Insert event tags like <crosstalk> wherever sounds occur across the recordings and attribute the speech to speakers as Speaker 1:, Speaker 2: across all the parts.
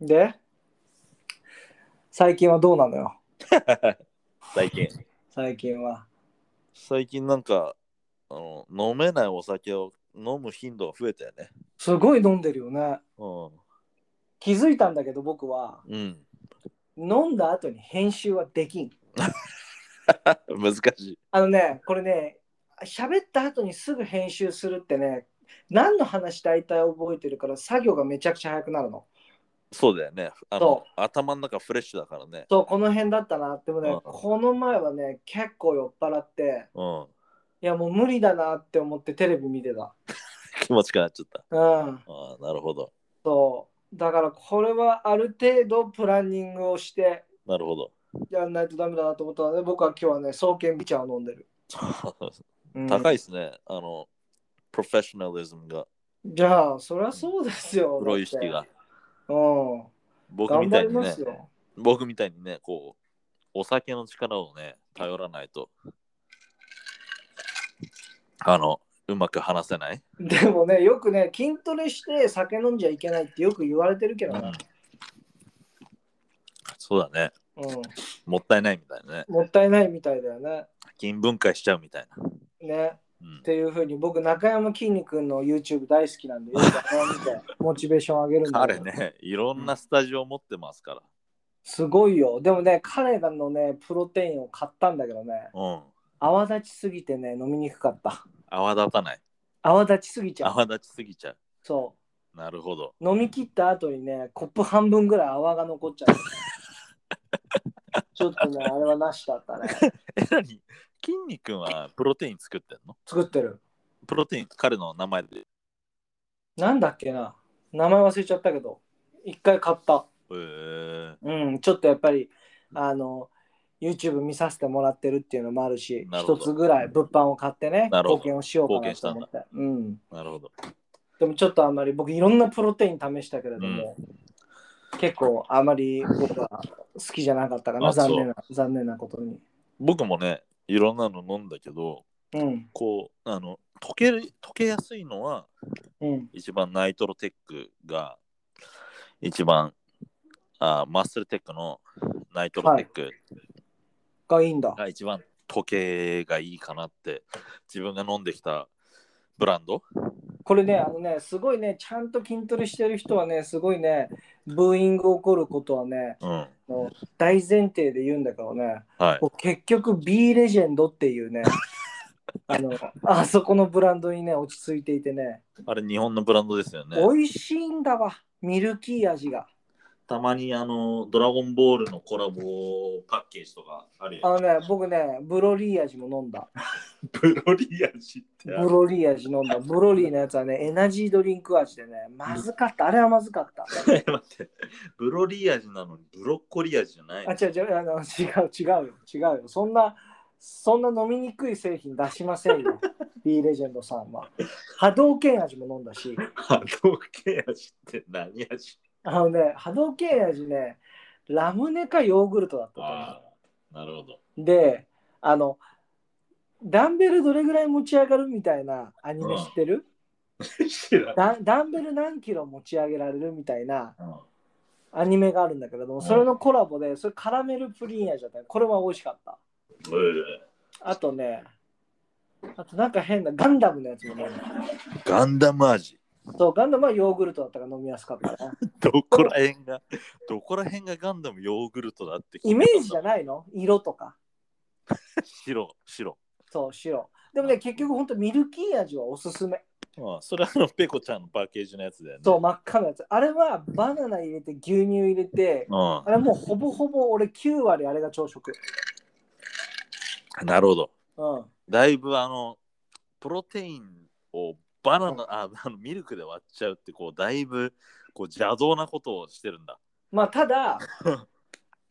Speaker 1: で最近はどうなのよ
Speaker 2: 最近。
Speaker 1: 最近は。
Speaker 2: 最近なんか、あの飲めないお酒を飲む頻度が増えたよね。
Speaker 1: すごい飲んでるよね。
Speaker 2: う
Speaker 1: 気づいたんだけど僕は
Speaker 2: ん。うん。
Speaker 1: 飲んだ後に編集はできん。
Speaker 2: 難しい。
Speaker 1: あのね、これね、喋った後にすぐ編集するってね、何の話大体覚えてるから作業がめちゃくちゃ早くなるの。
Speaker 2: そうだよね。あの
Speaker 1: そ
Speaker 2: 頭の中フレッシュだからね。
Speaker 1: そう、この辺だったな。でもね、
Speaker 2: うん
Speaker 1: この前はね、結構酔っ払って、
Speaker 2: うん。
Speaker 1: いやもう無理だなって思ってテレビ見てた。
Speaker 2: 気持ちくなっちゃった。
Speaker 1: うん、
Speaker 2: ああ、なるほど。
Speaker 1: そう。だからこれはある程度プランニングをして
Speaker 2: なるほど。
Speaker 1: やんないとダメだなと思ったので、僕は今日はね、双剣ビチャーを飲んでる。うん
Speaker 2: 高いですね。あの、プロフェッショナリズムが、
Speaker 1: じゃあ、そりゃそうですよ。
Speaker 2: プロ意識
Speaker 1: だっ
Speaker 2: が
Speaker 1: て。。うん。
Speaker 2: 僕
Speaker 1: 頑
Speaker 2: みた
Speaker 1: 張
Speaker 2: い
Speaker 1: り
Speaker 2: に
Speaker 1: ま
Speaker 2: ね
Speaker 1: す、よ。
Speaker 2: 僕みたいにね、こう、お酒の力をね、頼らないと、あの、うまく話せない。
Speaker 1: でもね、よくね、筋トレして酒飲んじゃいけないってよく言われてるけどな、
Speaker 2: そうだね。
Speaker 1: うん、
Speaker 2: もったいないみたいなね。
Speaker 1: もったいないみたいだよね。
Speaker 2: 金分解しちゃうみたいな。
Speaker 1: ね。
Speaker 2: うん
Speaker 1: っ、ていうふうに、僕、中山きんに君の YouTube 大好きなんで、よく中山見てモチベーション上げるんだけ
Speaker 2: 彼
Speaker 1: ど
Speaker 2: ね、いろんなスタジオ持ってますから。
Speaker 1: すごいよ。でもね、彼らのね、プロテインを買ったんだけどね、
Speaker 2: うん。
Speaker 1: 泡立ちすぎてね、飲みにくかった。
Speaker 2: 泡立たない。
Speaker 1: 泡立ちすぎちゃう。
Speaker 2: 泡立ちすぎちゃ。
Speaker 1: そう
Speaker 2: なるほど。
Speaker 1: う。飲み切った後にね、コップ半分ぐらい泡が残っちゃう。
Speaker 2: <laughs>
Speaker 1: ちょっとね、あれはなしだったね。
Speaker 2: え、なに筋肉はプロテイン作ってんの
Speaker 1: 作ってる。
Speaker 2: プロテイン、彼の名前で。
Speaker 1: なんだっけな名前忘れちゃったけど一回買った
Speaker 2: えー、
Speaker 1: うんちょっとやっぱりあの YouTube 見させてもらってるっていうのもあるし
Speaker 2: なるほ
Speaker 1: 一
Speaker 2: ど
Speaker 1: つぐらい物販を買ってね
Speaker 2: なるほど
Speaker 1: 貢献をしようかなと思ってうん
Speaker 2: なるほど。
Speaker 1: でもちょっとあんまり僕いろんなプロテイン試したけれども、結構あまり僕は好きじゃなかったかな
Speaker 2: あそう
Speaker 1: 残念な残念なことに
Speaker 2: 僕もね、いろんなの飲んだけど、
Speaker 1: うん
Speaker 2: こう、あの、溶ける、溶けやすいのは、
Speaker 1: うん
Speaker 2: 一番ナイトロテックが、一番、あマッスルテックのナイトロテック
Speaker 1: がいいんだ、
Speaker 2: が一番溶けがいいかなって、自分が飲んできたブランド
Speaker 1: これねあのねすごいねちゃんと筋トレしてる人はねすごいねブーイング起こることはね
Speaker 2: うん。
Speaker 1: の大前提で言うんだけどね、
Speaker 2: はい。
Speaker 1: 僕結局 B レジェンドっていう
Speaker 2: <laughs>
Speaker 1: ね、あの、あそこのブランドにね、落ち着いていてね、
Speaker 2: あれ、日本のブランドですよね。
Speaker 1: 美味しいんだわ、ミルキー味が。
Speaker 2: たまに、あの、ドラゴンボールのコラボパッケージとかある
Speaker 1: あ
Speaker 2: よ。
Speaker 1: のね、僕ね、ブロリー味も飲んだ。
Speaker 2: ブロリアジって
Speaker 1: ブ
Speaker 2: ある
Speaker 1: ロリー味飲んだ。ブロリーのやつはね、エナジードリンク味でね、まずかった。あれはまずかった。
Speaker 2: 待って、ブロリアジなのにブロッコリアジじゃない
Speaker 1: あ、
Speaker 2: の
Speaker 1: 違う違う、あの違う違うよ、違うよ。そんな、そんな飲みにくい製品出しませんよ、B レジェンドさんは。波動拳味も飲んだし。
Speaker 2: 波動系味って何味
Speaker 1: あのね、波動拳味ね、ラムネかヨーグルトだったと思
Speaker 2: ああ、なるほど。
Speaker 1: う。で、あの、ダンベルどれぐらい持ち上がるみたいなアニメ知ってる、
Speaker 2: 知らん
Speaker 1: ダンダンベル何キロ持ち上げられるみたいな
Speaker 2: うん
Speaker 1: アニメがあるんだけれども、
Speaker 2: ん
Speaker 1: それのコラボで、それカラメルプリン味だったね。これは美味しかった。あとね、あとなんか変なガンダムのやつもね。
Speaker 2: ガンダム味
Speaker 1: そう、ガンダムはヨーグルトだったから飲みやすかったね。
Speaker 2: どこら辺が、どこら辺がガンダムヨーグルトだって
Speaker 1: イメージじゃないの色とか。
Speaker 2: 白、白。
Speaker 1: そう、白。でもね、結局本当ミルキー味はおすすめ。
Speaker 2: ああそれはあのペコちゃんのパッケージのやつだよね。
Speaker 1: そう
Speaker 2: う。
Speaker 1: 真っ赤なやつあれはバナナ入れて牛乳入れてあれもうほぼほぼ俺9割あれが朝食
Speaker 2: ん、なるほど。
Speaker 1: うん
Speaker 2: だいぶあの、プロテインをバナナ、ああのミルクで割っちゃうって、こう、だいぶこう邪道なことをしてるんだ。
Speaker 1: まあただ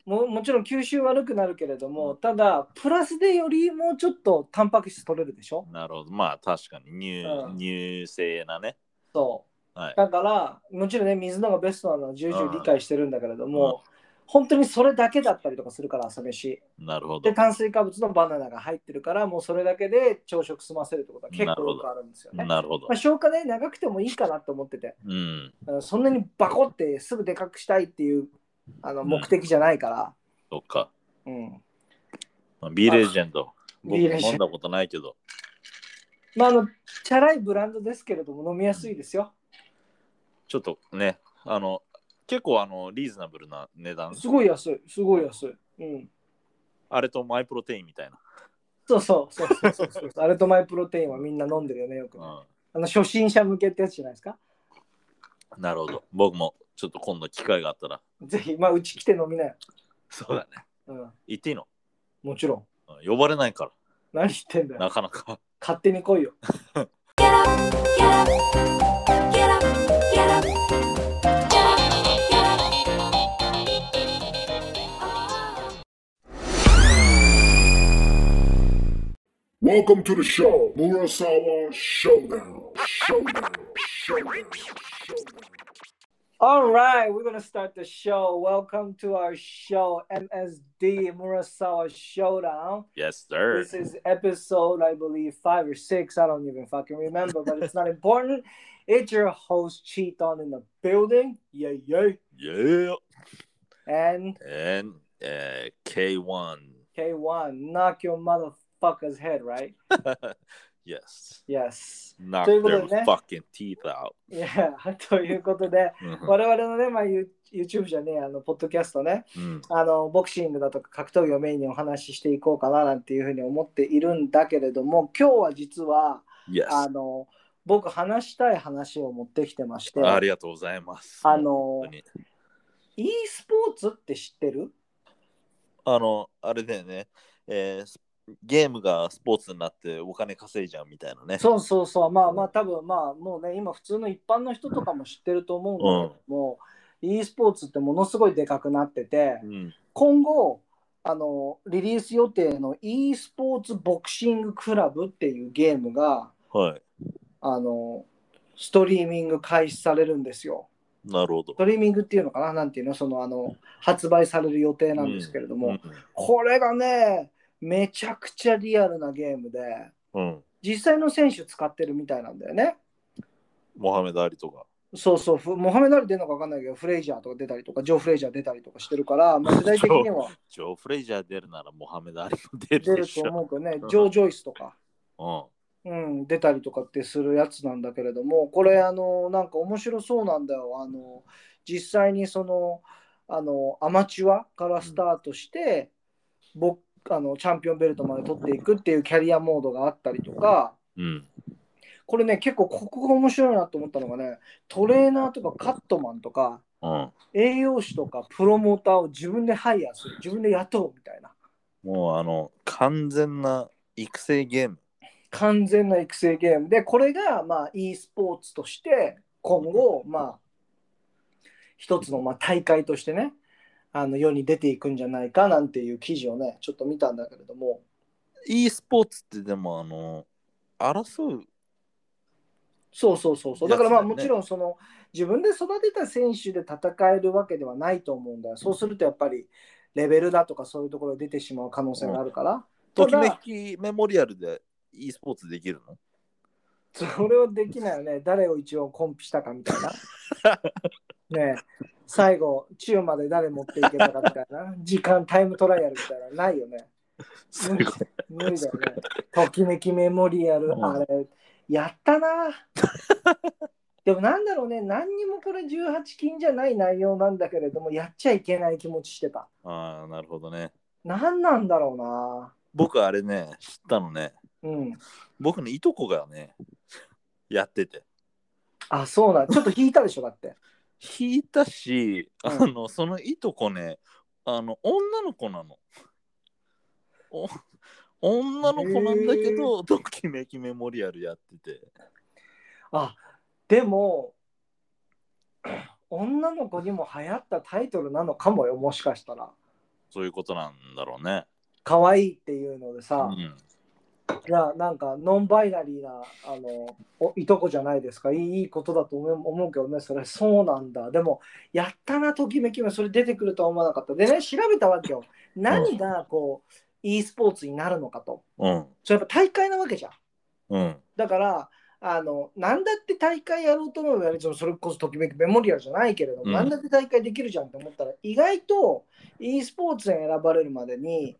Speaker 1: ももちろん吸収悪くなるけれどもただプラスでよりもうちょっとタンパク質取れるでしょ
Speaker 2: なるほど。まあ確かに乳、
Speaker 1: うん
Speaker 2: 乳製なね。
Speaker 1: そう
Speaker 2: はい。
Speaker 1: だからもちろんね水のがベストなのは重々理解してるんだけれども本当にそれだけだったりとかするから朝飯
Speaker 2: なるほど
Speaker 1: で。炭水化物のバナナが入ってるからもうそれだけで朝食済ませるってことは結構よくあるんですよね、ま
Speaker 2: なるほど
Speaker 1: あ、。消化ね長くてもいいかなと思ってて
Speaker 2: うん。
Speaker 1: うんそんなにバコってすぐでかくしたいっていうあの
Speaker 2: うん
Speaker 1: 目的じゃないから、
Speaker 2: そっか。
Speaker 1: うん
Speaker 2: まあ、B レジェンド。僕
Speaker 1: B レジェンド
Speaker 2: 飲んだことないけど。
Speaker 1: まああのチャラいブランドですけれども飲みやすいですよ
Speaker 2: ちょっとね、あの、結構あの、リーズナブルな値段。
Speaker 1: すごい安いすごい安い、うん、
Speaker 2: あれとマイプロテインみたいな。
Speaker 1: そうそうそうそうそうそうアルトマイプロテインはみんな飲んでるよねよく、
Speaker 2: うん。
Speaker 1: あの初心者向けってやつじゃないですか
Speaker 2: なるほど。僕もちょっと今度機会があったら。
Speaker 1: ぜひまあうち来て飲みなよ、
Speaker 2: そうだね。
Speaker 1: うん、
Speaker 2: 行っていいの
Speaker 1: もちろん
Speaker 2: うん呼ばれないか
Speaker 1: 何言ってんだ
Speaker 2: ら、
Speaker 1: よ
Speaker 2: なかなか。
Speaker 1: 勝手に来いよ
Speaker 3: Get up, get up, get up.
Speaker 4: Welcome to the show, Murasawa Showdown. Showdown. Showdown. Showdown.
Speaker 1: Alright, we're gonna start the show. Welcome to our show, MSD Murasawa Showdown.
Speaker 2: Yes, sir.
Speaker 1: This is episode, I believe, five or six. I don't even fucking remember, but it's not <laughs> important. It's your host, Cheat On, in the building. Yay, yay.
Speaker 2: Yeah.
Speaker 1: And
Speaker 2: And uh, K1.
Speaker 1: K1, knock your motherfucker's head, right?
Speaker 2: <laughs> yes.
Speaker 1: Yes.
Speaker 2: Knock
Speaker 1: ということで
Speaker 2: their
Speaker 1: ね
Speaker 2: fucking teeth out.
Speaker 1: いや、 <laughs> ということで、
Speaker 2: うん
Speaker 1: 我々のね、まあ、ユ YouTube じゃねえ、あの、ポッドキャストね、
Speaker 2: うん
Speaker 1: あのボクシングだとか格闘技をメインにお話ししていこうかななんていうふうに思っているんだけれども今日は実は
Speaker 2: Yes.
Speaker 1: あの僕話したい話を持ってきてまして
Speaker 2: あ
Speaker 1: あ
Speaker 2: りがとうございます。
Speaker 1: の
Speaker 2: 本当に
Speaker 1: e スポーツって知ってる
Speaker 2: あの、あれだよね、えースゲームがスポーツになってお金稼いじゃうみたいなね。
Speaker 1: そうそうそうまあまあ多分まあもうね今普通の一般の人とかも知ってると思うんだけども、e スポーツってものすごいでかくなってて
Speaker 2: うん。
Speaker 1: 今後あのリリース予定の e スポーツボクシングクラブっていうゲームが
Speaker 2: はい。
Speaker 1: あの、ストリーミング開始されるんですよ。
Speaker 2: なるほど
Speaker 1: ス。トリーミングっていうのかななんていうのその、あの、発売される予定なんですけれども、
Speaker 2: うん
Speaker 1: これがね、めちゃくちゃリアルなゲームで、
Speaker 2: うん。
Speaker 1: 実際の選手使ってるみたいなんだよね。
Speaker 2: モハメド・アリとか。
Speaker 1: そうそう、ふモハメダル出るのか分かんないけど、フレイジャーとか出たりとか、ジョー・フレイジャー出たりとかしてるから、まあ、世代的には
Speaker 2: ジョー・フレイジャー出るならモハメド・アリも
Speaker 1: 出
Speaker 2: 出るで
Speaker 1: る
Speaker 2: し
Speaker 1: と
Speaker 2: ょ。
Speaker 1: 思うけどね
Speaker 2: う、ん
Speaker 1: ジョー・ジョイスとか。
Speaker 2: う
Speaker 1: うん、出たりとかってするやつなんだけれどもこれあのなんか面白そうなんだよあの実際にそのあのアマチュアからスタートして、僕あのチャンピオンベルトまで取っていくっていうキャリアモードがあったりとか
Speaker 2: ん。うん。
Speaker 1: これね結構ここが面白いなと思ったのがねトレーナーとかカットマンとか
Speaker 2: うん。
Speaker 1: 栄養士とかプロモーターを自分でハイヤーする自分で雇うみたいな
Speaker 2: もうあの、完全な育成ゲーム。
Speaker 1: 完全な育成ゲームでこれがまあ e スポーツとして今後まあ一つのまあ大会としてねあの世に出ていくんじゃないかなんていう記事をねちょっと見たんだけれども
Speaker 2: e スポーツってでもあの、争う。
Speaker 1: そうそうそうそうだからまあ
Speaker 2: やつだよ
Speaker 1: も
Speaker 2: ね
Speaker 1: ちろんその自分で育てた選手で戦えるわけではないと思うんだよそうするとやっぱりレベルだとかそういうところで出てしまう可能性があるから、
Speaker 2: と
Speaker 1: た
Speaker 2: きめ
Speaker 1: だ
Speaker 2: きメモリアルで e スポーツできるの
Speaker 1: それはできないよ
Speaker 2: <laughs>
Speaker 1: ね。誰を一応コンピしたかみたいな。ねえ最後、中まで誰持っていけたかみたいな。時間、タイムトライアルみたいな。ないよね。無理だ無理だよね。ときめきメモリアル、
Speaker 2: うん
Speaker 1: あれ、やったな。 <laughs> でもなんだろうね、何にもこれ18禁じゃない内容なんだけれども、やっちゃいけない気持ちしてた。
Speaker 2: ああ、なるほどね。
Speaker 1: 何なんだろうな。
Speaker 2: 僕あれね、知ったのね。
Speaker 1: うん。
Speaker 2: 僕のいとこがね、やってて。
Speaker 1: あ、そうなん。ちょっと引いたでしょ、だって。
Speaker 2: 弾いたし、
Speaker 1: うん
Speaker 2: あの、そのいとこね、あの、女の子なの。お女の子なんだけど、ときめきメモリアルやってて。
Speaker 1: あでも <clears throat> 女の子にも流行ったタイトルなのかもよもしかしたら
Speaker 2: そういうことなんだろうね。
Speaker 1: 可愛いっていうので
Speaker 2: う
Speaker 1: さ、
Speaker 2: ん。
Speaker 1: いや、なんか、ノンバイナリーな、あの、おいとこじゃないですか。いいいいことだと思う思うけどね、それ、そうなんだ。でも、やったな、ときめきも、それ出てくるとは思わなかった。でね、調べたわけよ。何が、こう、e スポーツになるのかと。
Speaker 2: うん。
Speaker 1: それやっぱ大会なわけじゃん。
Speaker 2: うん。
Speaker 1: だから、あの、なんだって大会やろうと思えば、別にそれこそときめきメモリアルじゃないけれども、
Speaker 2: うん
Speaker 1: なんだって大会できるじゃんって思ったら、意外と e スポーツに選ばれるまでに、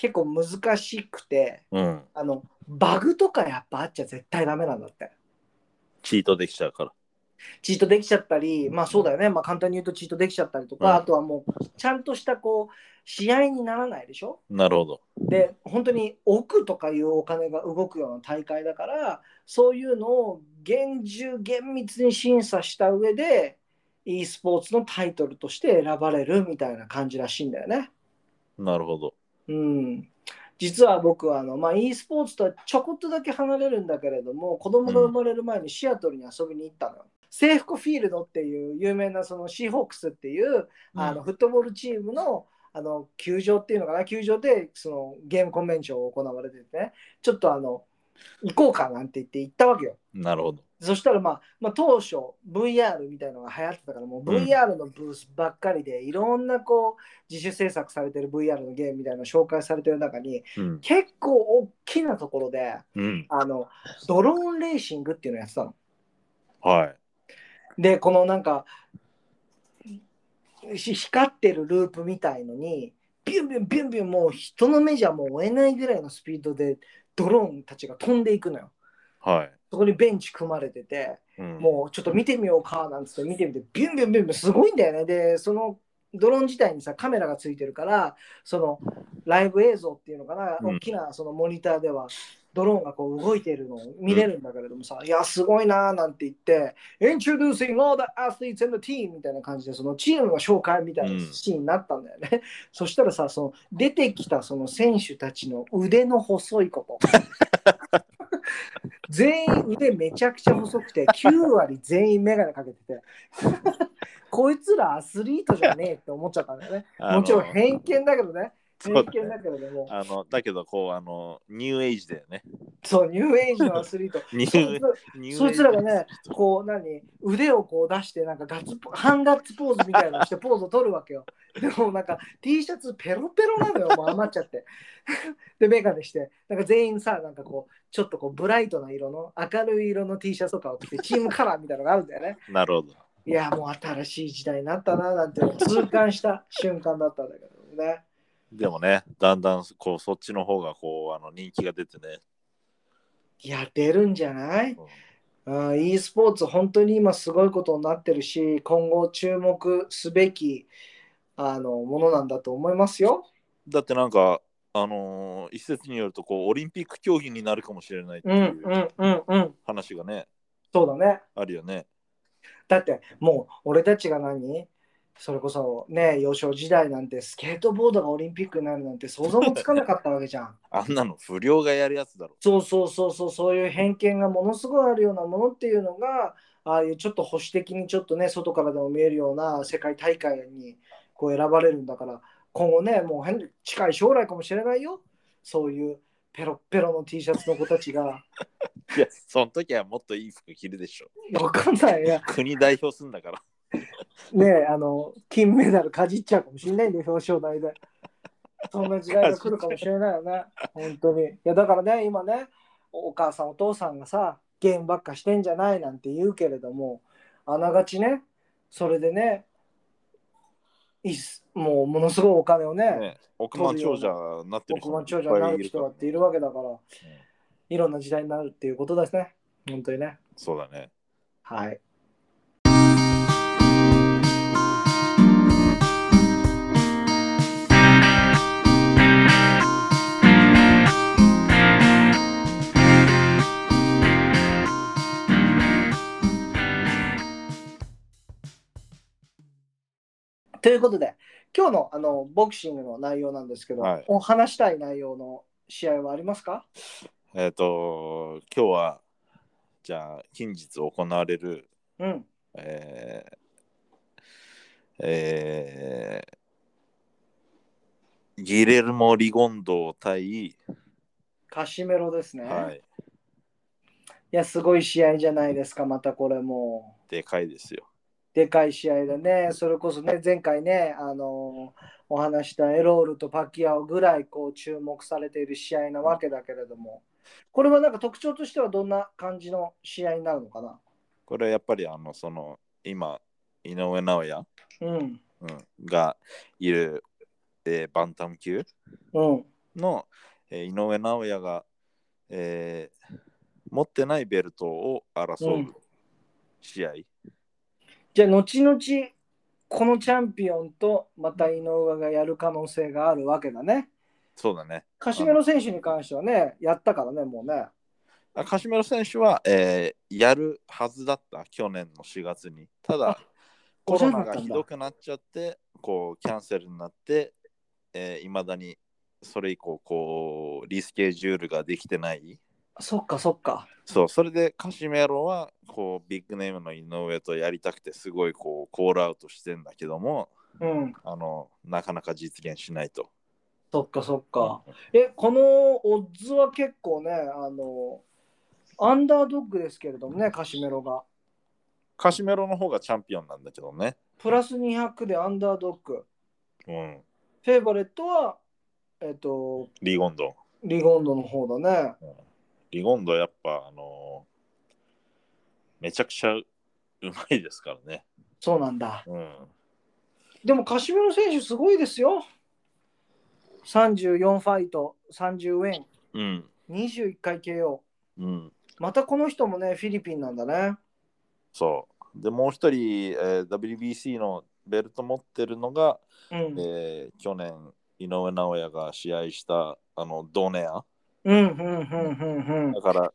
Speaker 1: 結構難しくて、
Speaker 2: うん。
Speaker 1: あの、バグとかやっぱあっちゃ絶対ダメなんだって。
Speaker 2: チートできちゃうから。
Speaker 1: チートできちゃったり、まあそうだよね、まあ簡単に言うとチートできちゃったりとか、
Speaker 2: うん
Speaker 1: あとはもう、ちゃんとしたこう、試合にならないでしょ
Speaker 2: なるほど。
Speaker 1: で、本当に億とかいうお金が動くような大会だから、そういうのを厳重厳密に審査した上で、e スポーツのタイトルとして選ばれるみたいな感じらしいんだよね。
Speaker 2: なるほど。
Speaker 1: うん、実は僕はあの、まあ、e スポーツとはちょこっとだけ離れるんだけれども子供が生まれる前にシアトルに遊びに行ったのよ。セーフコフィールドっていう有名なそのシーホークスっていうあのフットボールチームのあの球場っていうのかな球場でそのゲームコンベンションを行われててねちょっとあの行こうかなんて言って行ったわけよ。
Speaker 2: なるほど。
Speaker 1: そしたら、まあ、まあ当初 VR みたいなのが流行ってたからもう VR のブースばっかりで、いろんなこう自主制作されてる VR のゲームみたいなの紹介されてる中に
Speaker 2: うん。
Speaker 1: 結構大きなところで
Speaker 2: うん。
Speaker 1: あのドローンレーシングっていうのをやってたの。
Speaker 2: はい。
Speaker 1: でこのなんかし光ってるループみたいのにビュンビュンビュンビュンもう人の目じゃもう追えないぐらいのスピードでドローンたちが飛んでいくのよ。
Speaker 2: はい。
Speaker 1: そこにベンチ組まれてて。
Speaker 2: うん、
Speaker 1: もうちょっと見てみようかなんつって見てみてビュンビュンビュンビュンすごいんだよねでそのドローン自体にさカメラがついてるからそのライブ映像っていうのかな、
Speaker 2: うん
Speaker 1: 大きなそのモニターではドローンがこう動いているのを見れるんだけれどもさ、いやすごいなーなんて言って「Introducing all the athletes and the team」みたいな感じでそのチームの紹介みたいなシーンになったんだよね、 <laughs> そしたらさその出てきたその選手たちの腕の細いこと <laughs> 全員腕めちゃくちゃ細くて9割全員眼鏡かけて <laughs> てこいつらアスリートじゃねえって思っちゃったんだよね
Speaker 2: あの
Speaker 1: もちろん偏見だけどね
Speaker 2: そ
Speaker 1: 偏
Speaker 2: うだ
Speaker 1: 見だ
Speaker 2: ね
Speaker 1: けれども
Speaker 2: あの、だけど、こう、あの、ニューエイジだよね。
Speaker 1: そうニューエイジのアスリート
Speaker 2: <laughs> ニュ
Speaker 1: そい
Speaker 2: ー
Speaker 1: つ
Speaker 2: ニューエイジ。
Speaker 1: そいつらがね、こう何腕をこう出してなんかガッツポ半ガッツポーズみたいなのしてポーズを取るわけよ。 <laughs> でもなんか T シャツペロペロなのよ、もう余っちゃって。 <laughs> で、メガネして、なんか全員さ、なんかこう、ちょっとこうブライトな色の明るい色の T シャツとかを着て、チームカラーみたいなのがあるんだよね。 <laughs>
Speaker 2: なるほど。
Speaker 1: いや、もう新しい時代になったな、なんて痛感した瞬間だったんだけどね。
Speaker 2: でもね、だんだん、こう、そっちの方が、こう、あの、人気が出てね。
Speaker 1: いや、出るんじゃない
Speaker 2: うん
Speaker 1: うん e スポーツ、本当に今すごいことになってるし、今後注目すべきあのものなんだと思いますよ。
Speaker 2: だってなんか、あのー一説によるとこうオリンピック競技になるかもしれないって
Speaker 1: う
Speaker 2: い
Speaker 1: んう
Speaker 2: うん
Speaker 1: うんうん。
Speaker 2: 話がね、
Speaker 1: そうだね。
Speaker 2: あるよね。
Speaker 1: だってもう俺たちが何それこそね、幼少時代なんてスケートボードがオリンピックになるなんて想像もつかなかったわけじゃん。
Speaker 2: あんなの不良がやるやつだろ。 <laughs>
Speaker 1: そうそうそうそうそういう偏見がものすごいあるようなものっていうのがああいうちょっと保守的にちょっとね外からでも見えるような世界大会にこう選ばれるんだから今後ねもう変近い将来かもしれないよそういうペロッペロの T シャツの子たちが
Speaker 2: いや、その時はもっといい服着るでしょ。
Speaker 1: わかんないや
Speaker 2: 国代表すんだから。
Speaker 1: ねえあの金メダルかじっちゃうかもしれないんで表彰台でそんな時代が来るかもしれないよね本当にいやだからね今ねお母さんお父さんがさゲームばっかしてんじゃないなんて言うけれどもあながちねそれでねいっすもうものすごいお金を <laughs> ね
Speaker 2: ね、億万長者になってる
Speaker 1: 億
Speaker 2: 人もい
Speaker 1: 万
Speaker 2: っ
Speaker 1: 長者にな
Speaker 2: ぱい
Speaker 1: る
Speaker 2: いる
Speaker 1: 人
Speaker 2: か
Speaker 1: だ
Speaker 2: ら
Speaker 1: っているわけだからいろんな時代になるっていうことですね本当にね
Speaker 2: そうだね。
Speaker 1: はいということで今日のあのボクシングの内容なんですけど、
Speaker 2: はい
Speaker 1: お話したい内容の試合はありますか
Speaker 2: えっ、と、今日は、じゃあ、近日行われる、
Speaker 1: うん
Speaker 2: えーえーギレルモ・リゴンドー対
Speaker 1: カシメロですね。、
Speaker 2: はいい。
Speaker 1: や、すごい試合じゃないですか、またこれも。
Speaker 2: でかいですよ。
Speaker 1: でかい試合だね。それこそね、前回ね、あのーお話したエロールとパキアオぐらいこう注目されている試合なわけだけれども、これはなんか特徴としてはどんな感じの試合になるのかな
Speaker 2: これはやっぱりあの、その、今、井上尚弥、
Speaker 1: うん、
Speaker 2: うん、がいる、えーバンタム級
Speaker 1: うん、
Speaker 2: の、えー井上尚弥が、えー持ってないベルトを
Speaker 1: う
Speaker 2: 争うん試合。
Speaker 1: じゃあ後々このチャンピオンとまた井上がやる可能性があるわけだね。
Speaker 2: そうだね。
Speaker 1: カシメロ選手に関してはね、やったからね、もうね。
Speaker 2: あカシメロ選手は、えーやるはずだった、去年の4月に。ただ
Speaker 1: あ、
Speaker 2: コロ
Speaker 1: じゃ
Speaker 2: ナ
Speaker 1: なかっ
Speaker 2: が
Speaker 1: たんだ
Speaker 2: ひどくなっちゃって、こう、キャンセルになって、えー、未だにそれ以降、こう、リスケジュールができてない。
Speaker 1: そっかそっか。
Speaker 2: そう、それでカシメロは、こう、ビッグネームの井上とやりたくて、すごい、こう、コールアウトしてんだけども、
Speaker 1: うん、
Speaker 2: あの、なかなか実現しないと。
Speaker 1: そっかそっか。え、このオッズは結構ね、あの、アンダードッグですけれどもね、カシメロが。
Speaker 2: カシメロの方がチャンピオンなんだけどね。
Speaker 1: プラス200でアンダードッグ。
Speaker 2: うん。
Speaker 1: フェイバレットは、えっと、
Speaker 2: リゴンドン。
Speaker 1: リゴンドの方だね。
Speaker 2: リゴンドやっぱあのーめちゃくちゃうまいですからね。
Speaker 1: そうなんだ。
Speaker 2: うん。
Speaker 1: でもカシメロ選手すごいですよ。34ファイト、30ウィン、
Speaker 2: うん。
Speaker 1: 21回 KO。
Speaker 2: うん。
Speaker 1: またこの人もね、フィリピンなんだね。
Speaker 2: そう。で、もう一人、えー WBC のベルト持ってるのが、
Speaker 1: うん。
Speaker 2: えー去年、井上尚弥が試合したあのドネア。
Speaker 1: うんうんうんうんうん
Speaker 2: だ。から、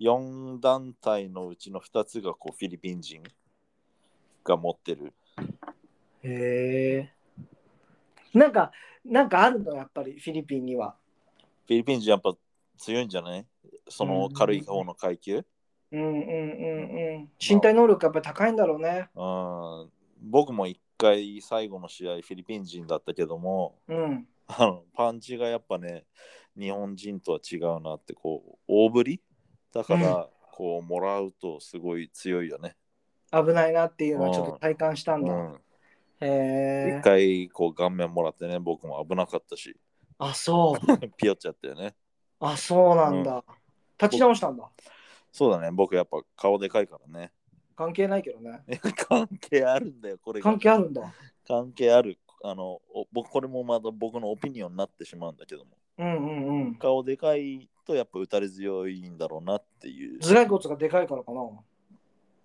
Speaker 2: 4団体のうちの2つがこうフィリピン人が持ってる。
Speaker 1: へえ。なんか、なんかあるの、やっぱりフィリピンには。
Speaker 2: フィリピン人やっぱ強いんじゃないその軽い方の階級。
Speaker 1: うんうんうんうん。身体能力やっぱり高いんだろうね。
Speaker 2: うん僕も一回最後の試合フィリピン人だったけども
Speaker 1: うん。
Speaker 2: あのパンチがやっぱね日本人とは違うなってこう大振りだから、こうもらうとすごい強いよね。
Speaker 1: 危ないなっていうのはちょっと体感したん
Speaker 2: う
Speaker 1: だ。
Speaker 2: ん、
Speaker 1: へ
Speaker 2: 一
Speaker 1: え。
Speaker 2: 回こう顔面もらってね僕も危なかったし
Speaker 1: あ、そう。
Speaker 2: ピヨっちゃったよね。
Speaker 1: あ、そうなんだ。立ち直したんだ。
Speaker 2: そうだね僕やっぱ顔でかいからね。 <laughs>
Speaker 1: 関係ないけどね。
Speaker 2: え関係あるんだよこれが
Speaker 1: 関係あるんだ。
Speaker 2: 関係ある。あのお僕これもまた僕のオピニオンになってしまうんだけども。
Speaker 1: うんうんうん。
Speaker 2: 顔でかいとやっぱ打たれ強いんだろうなっていう
Speaker 1: 頭蓋骨がでかいからかな。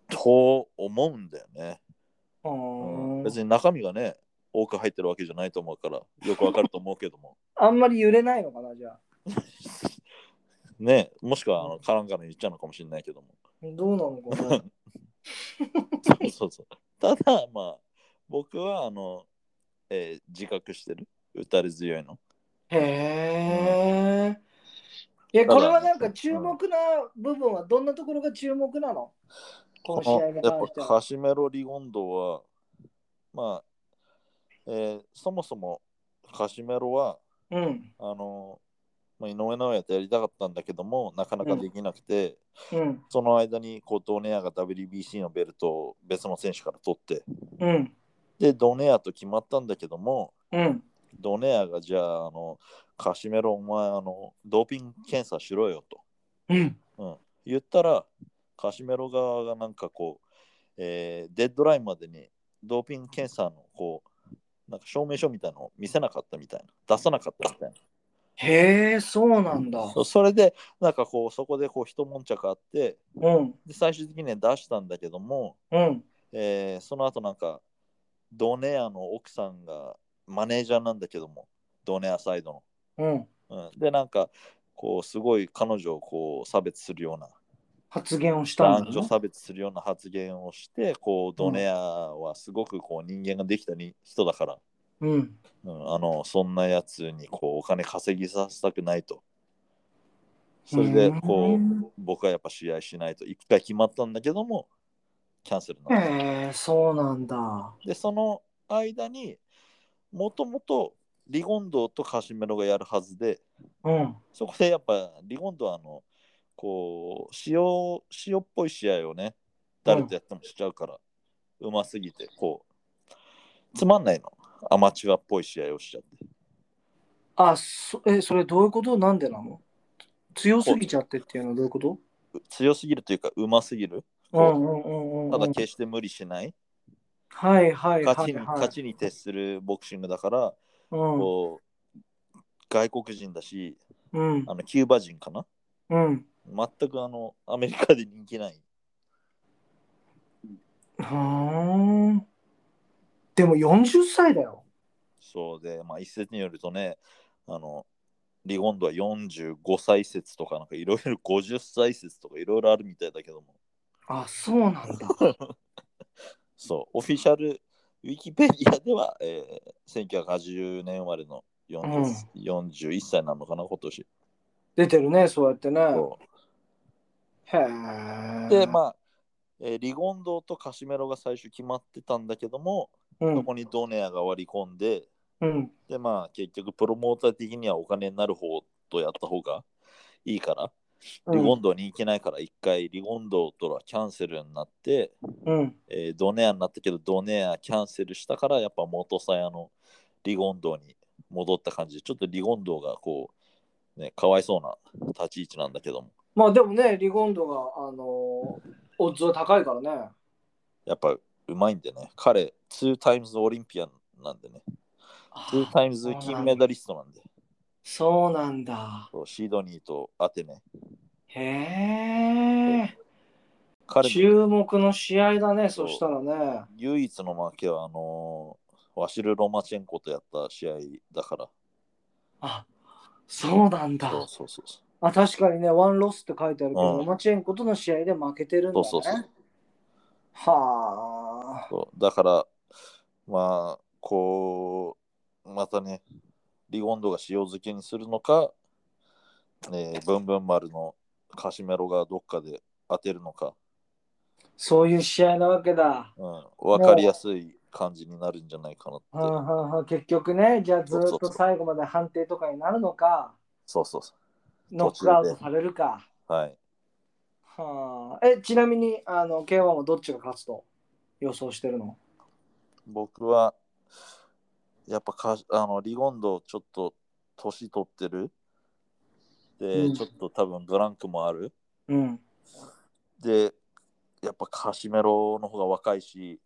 Speaker 2: と思うんだよね、
Speaker 1: う
Speaker 2: うん
Speaker 1: ん、
Speaker 2: 別に中身がね多く入ってるわけじゃないと思うからよくわかると思うけども <laughs>
Speaker 1: あんまり揺れないのかな、じゃあ。
Speaker 2: ねもしくはあのカランカラン言っちゃうのかもしれないけ
Speaker 1: <laughs>
Speaker 2: ども
Speaker 1: どうなのかな。
Speaker 2: そうそうそうただまあ僕はあの、えー自覚してる打たれ強いの
Speaker 1: へえ。いや、これはなんか注目な部分はどんなところが注目なのこの試合に
Speaker 2: や
Speaker 1: 関し
Speaker 2: っ
Speaker 1: て
Speaker 2: ぱ
Speaker 1: は。
Speaker 2: カシメロ・リゴンドはまあ、えーそもそもカシメロは
Speaker 1: うん。
Speaker 2: あの、まあ、井上尚弥とやりたかったんだけども、なかなかできなくて、
Speaker 1: うん。
Speaker 2: その間にこうドネアが WBC のベルトを別の選手から取って、
Speaker 1: うん。
Speaker 2: で、ドネアと決まったんだけども、
Speaker 1: うん。
Speaker 2: ドネアがじゃあ、あの、カシメロ、お前、あの、ドーピング検査しろよと
Speaker 1: うん。
Speaker 2: 言ったら、カシメロ側がなんかこう、えーデッドラインまでにドーピング検査のこう、なんか証明書みたいなのを見せなかったみたいな、出さなかったみたいな。
Speaker 1: へえ、そうなんだ。
Speaker 2: そうそれでなんかこうそこでこう一悶着あって
Speaker 1: うん。
Speaker 2: で最終的には出したんだけども、
Speaker 1: うん。
Speaker 2: えーその後なんかドネアの奥さんがマネージャーなんだけどもドネアサイド
Speaker 1: うん。
Speaker 2: の、うん、でなんかこうすごい彼女をこう差別するような
Speaker 1: 発言をしたん
Speaker 2: 男
Speaker 1: だ、
Speaker 2: 女
Speaker 1: ね。
Speaker 2: 差別するような発言をしてこうドネアはすごくこう人間ができたに人だから、
Speaker 1: うん。
Speaker 2: うん、あのそんなやつにこうお金稼ぎさせたくないとそれでこう僕はやっぱ試合しないと一回決まったんだけどもキャンセルになった
Speaker 1: へえ、そうなんだ。
Speaker 2: でその間にもともとリゴンドとカシメロがやるはずで、
Speaker 1: うん。
Speaker 2: そこでやっぱリゴンドはあの、こう、塩、塩っぽい試合をね、誰とやってもしちゃうから、うますぎて、こう、つまんないの。アマチュアっぽい試合をしちゃって。
Speaker 1: あ、そえ、それどういうことなんでなの強すぎちゃってっていうのはどういうこと
Speaker 2: う強すぎるというか、うますぎる。
Speaker 1: うん
Speaker 2: こ
Speaker 1: うんうんう。
Speaker 2: うんただ決して無理しない。
Speaker 1: はいはいはい、はい。
Speaker 2: 勝ちに勝ちに徹するボクシングだから、
Speaker 1: うん
Speaker 2: こう外国人だし、
Speaker 1: うん
Speaker 2: あのキューバ人かな
Speaker 1: うん。
Speaker 2: 全くあのアメリカで人気ない。
Speaker 1: はーん。でも40歳だよ。
Speaker 2: そうで、まあ、一説によるとね、あのリゴンドは45歳説とか、なんかいろいろ50歳説とかいろいろあるみたいだけども、
Speaker 1: あ、そうなん
Speaker 2: <laughs>
Speaker 1: だ。
Speaker 2: そう、オフィシャルウィキペディアでは、えー、1980年生まれの40 41歳なのかな、今年。
Speaker 1: 出てるね、そうやってね。
Speaker 2: そう
Speaker 1: へえ。
Speaker 2: で、まあ、えーリゴンドとカシメロが最初決まってたんだけども、
Speaker 1: う
Speaker 2: そ
Speaker 1: ん
Speaker 2: こにドネアが割り込んで、
Speaker 1: うん
Speaker 2: で、まあ、結局、プロモーター的にはお金になる方とやった方がいいから、
Speaker 1: う
Speaker 2: リゴ
Speaker 1: ん
Speaker 2: ンドは人気ないから、一回リゴンドとはキャンセルになって、
Speaker 1: うん。
Speaker 2: えードネアになったけど、ドネアキャンセルしたから、やっぱ元さやのリゴンドに戻った感じで、ちょっとリゴンドがこう、ね、かわいそうな立ち位置なんだけども、
Speaker 1: まあでもね、リゴンドが、あのーオッズは高いからね。
Speaker 2: やっぱうまいんでね、彼、2タイムズオリンピアンなんでね。2タイムズ金メダリストなんで、
Speaker 1: そうなんだ。
Speaker 2: そうシドニーとアテネ。
Speaker 1: へえ。
Speaker 2: 彼の
Speaker 1: 注目の試合だね、そしたらね。
Speaker 2: 唯一の負けは、あのーワシル・ロマチェンコとやった試合だから。
Speaker 1: あ、そうなんだ。
Speaker 2: そうそうそうそ
Speaker 1: あ、確かにね、ワンロスって書いてあるけど、
Speaker 2: うん
Speaker 1: ロマチェンコとの試合で負けてるんだ
Speaker 2: う。
Speaker 1: ね。
Speaker 2: そうそうそう
Speaker 1: はあ。
Speaker 2: そうだから、まあ、こう、またね、リゴンドが塩漬けにするのか、えーブンブン丸のカシメロがどっかで当てるのか、
Speaker 1: そういう試合なわけだ。
Speaker 2: うん、分かりやすい感じになるんじゃないかなって。
Speaker 1: はあはあはあ結局ね、じゃあず
Speaker 2: そ
Speaker 1: っ
Speaker 2: うそう
Speaker 1: と
Speaker 2: そう
Speaker 1: 最後まで判定とかになるのか、
Speaker 2: そうそうそ
Speaker 1: ノックアウトされるか。
Speaker 2: う。はい。
Speaker 1: はあ、えちなみにあの K1 はどっちが勝つと予想してるの
Speaker 2: 僕はやっぱかあのリゴンドちょっと年取ってるで、
Speaker 1: うん
Speaker 2: ちょっと多分ブランクもある
Speaker 1: うん。
Speaker 2: でやっぱカシメロの方が若いし、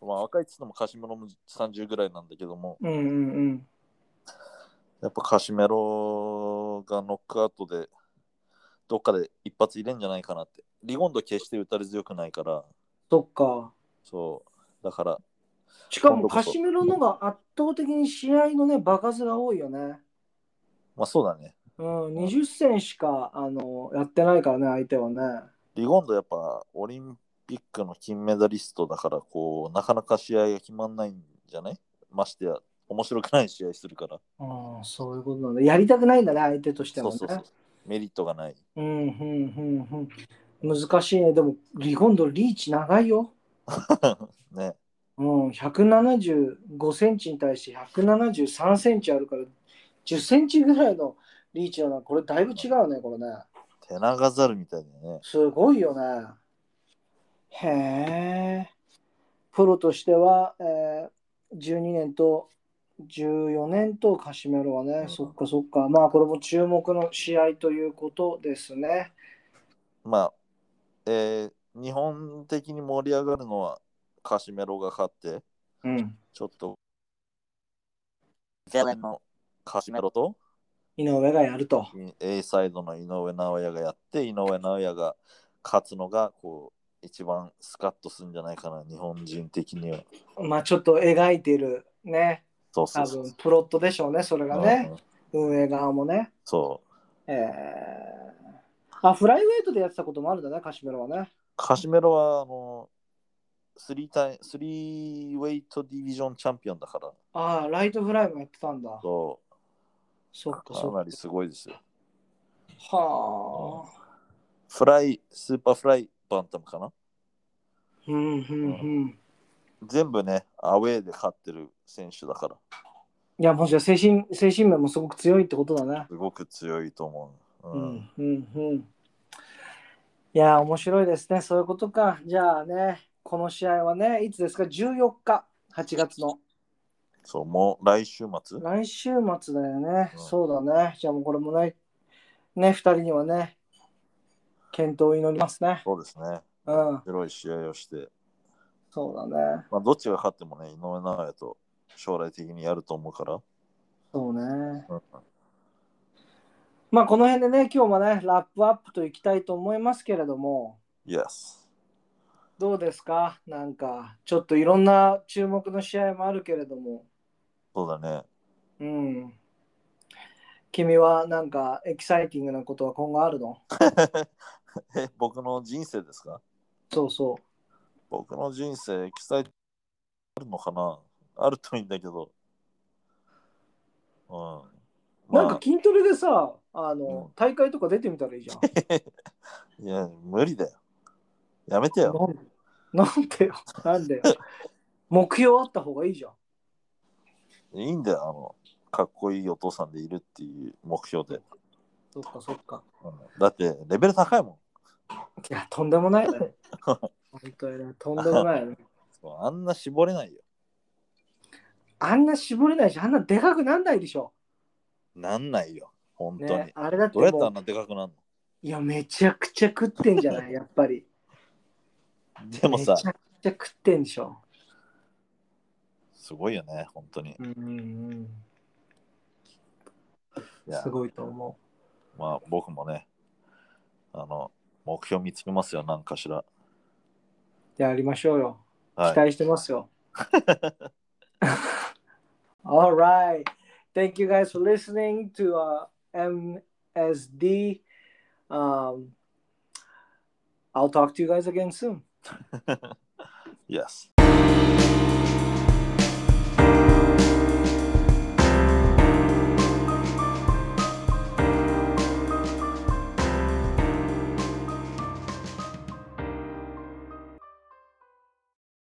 Speaker 2: まあ、若いっつってもカシメロも30ぐらいなんだけども
Speaker 1: うんうんうん。
Speaker 2: やっぱカシメロがノックアウトでどっかで一発入れんじゃないかなってリゴンド決して打たれ強くないから
Speaker 1: そっか。
Speaker 2: そうだから
Speaker 1: しか
Speaker 2: 今
Speaker 1: も
Speaker 2: 度こそ
Speaker 1: カシメロの方が圧倒的に試合のね、場数が多いよね。
Speaker 2: まあそうだね
Speaker 1: うん、20戦しかあのやってないからね、相手はね。
Speaker 2: リゴンドやっぱオリンピックの金メダリストだからこうなかなか試合が決まんないんじゃないましてや面白くない試合するから、
Speaker 1: ああ、そういうことなんだ。やりたくないんだね、相手として
Speaker 2: そ
Speaker 1: も
Speaker 2: う
Speaker 1: ね。
Speaker 2: そうそうメリットがない
Speaker 1: うんうんうんうん。難しいね。でも、リゴンドリーチ長いよ。
Speaker 2: ね
Speaker 1: うん、175センチに対して173センチあるから、10センチぐらいのリーチだな。これだいぶ違うね、これね。
Speaker 2: 手長ざるみたいだね
Speaker 1: すごいよね。へえ。プロとしては、えー12年と14年とカシメロはね、
Speaker 2: うん
Speaker 1: そっかそっか。まあ、これも注目の試合ということですね。
Speaker 2: まあえー日本的に盛り上がるのはカシメロが勝って
Speaker 1: うん。
Speaker 2: ちょっとゼレンのカシメロと
Speaker 1: 井上がやると。
Speaker 2: A サイドの井上尚弥がやって井上尚弥が勝つのがこう一番スカッとするんじゃないかな日本人的には
Speaker 1: まあ、ちょっと描いてるね。
Speaker 2: そうそ
Speaker 1: 多
Speaker 2: うそう
Speaker 1: 分、プロットでしょうね、それが
Speaker 2: う
Speaker 1: ね。
Speaker 2: ん
Speaker 1: 運営側もね。
Speaker 2: そう
Speaker 1: えーあ、フライウェイトでやってたこともあるんだね、カシメロはね。
Speaker 2: カシメロはあのスリータイスリーウェイトディビジョンチャンピオンだから
Speaker 1: ああ、ライトフライもやってたんだ。
Speaker 2: そ
Speaker 1: そっ
Speaker 2: う
Speaker 1: か
Speaker 2: か
Speaker 1: そっ
Speaker 2: なりすごいですよ
Speaker 1: か。はあ。
Speaker 2: フライスーパーフライバンタムかな
Speaker 1: うんうんうん。
Speaker 2: 全部ねアウェーで勝ってる選手だから
Speaker 1: いや、もうじゃあ精神、精神面もすごく強いってことだね。
Speaker 2: すごく強いと思う。
Speaker 1: う
Speaker 2: うん
Speaker 1: ん、うん、うん。いや、面白いですね。そういうことか。じゃあね、この試合はね、いつですか ?14 日、8月の。
Speaker 2: そう、もう来週末
Speaker 1: 来週末だよね。
Speaker 2: うん
Speaker 1: そうだね。じゃあもうこれもね、ね、2人にはね、健闘を祈りますね。
Speaker 2: そうですね。
Speaker 1: うん、
Speaker 2: 白い試合をして、
Speaker 1: そうだね。
Speaker 2: まあ、どっちが勝ってもね、井上尚弥と将来的にやると思うから。
Speaker 1: そうね。
Speaker 2: うん
Speaker 1: まあ、この辺でね、今日もね、ラップアップといきたいと思いますけれども、
Speaker 2: Yes。
Speaker 1: どうですかなんか、ちょっといろんな注目の試合もあるけれども、
Speaker 2: そうだね。
Speaker 1: うん。君はなんかエキサイティングなことは今後あるの
Speaker 2: え、僕の人生ですか
Speaker 1: そうそ
Speaker 2: 僕の人生、エキサイトあるのかなあるといいんだけど。うん。
Speaker 1: う。なん
Speaker 2: ま
Speaker 1: か
Speaker 2: あ、
Speaker 1: 筋トレでさ、あ
Speaker 2: う
Speaker 1: の、大会とか出てみたらいいじゃん。
Speaker 2: いや、無理だよ。やめてよ。
Speaker 1: なんなんでよ、なんでよ。目標あった方がいいじゃん。
Speaker 2: いいんだよ。あの、かっこいいお父さんでいるっていう目標で。
Speaker 1: そっかそっか。
Speaker 2: うんだって、レベル高いもん。
Speaker 1: いや、とんでもないよ <laughs> ね。本当にね、とんでもないよね。
Speaker 2: そうあんな絞れないよ。
Speaker 1: あんな絞れないし、あんなでかくなんないでしょ。
Speaker 2: なんないよ。本当に。
Speaker 1: ね、あれだって
Speaker 2: どうやって
Speaker 1: も
Speaker 2: あ、
Speaker 1: うん
Speaker 2: なでかくなる
Speaker 1: いや、めちゃくちゃ食ってんじゃない、やっぱり。
Speaker 2: のでもさ
Speaker 1: めち、ゃくちゃ食ってんでしょ。
Speaker 2: すごいよね、本当に。
Speaker 1: うんうん
Speaker 2: い
Speaker 1: うん。
Speaker 2: や
Speaker 1: すごいと思
Speaker 2: まあ、僕もね、あの、目標見つけますよ、なんかしら。
Speaker 1: う。やりましょうよ。
Speaker 2: はい
Speaker 1: 期。待してますよ。All right. Thank you guys for listening to uh, MSD. Um, I'll talk to you guys again soon.
Speaker 2: Yes.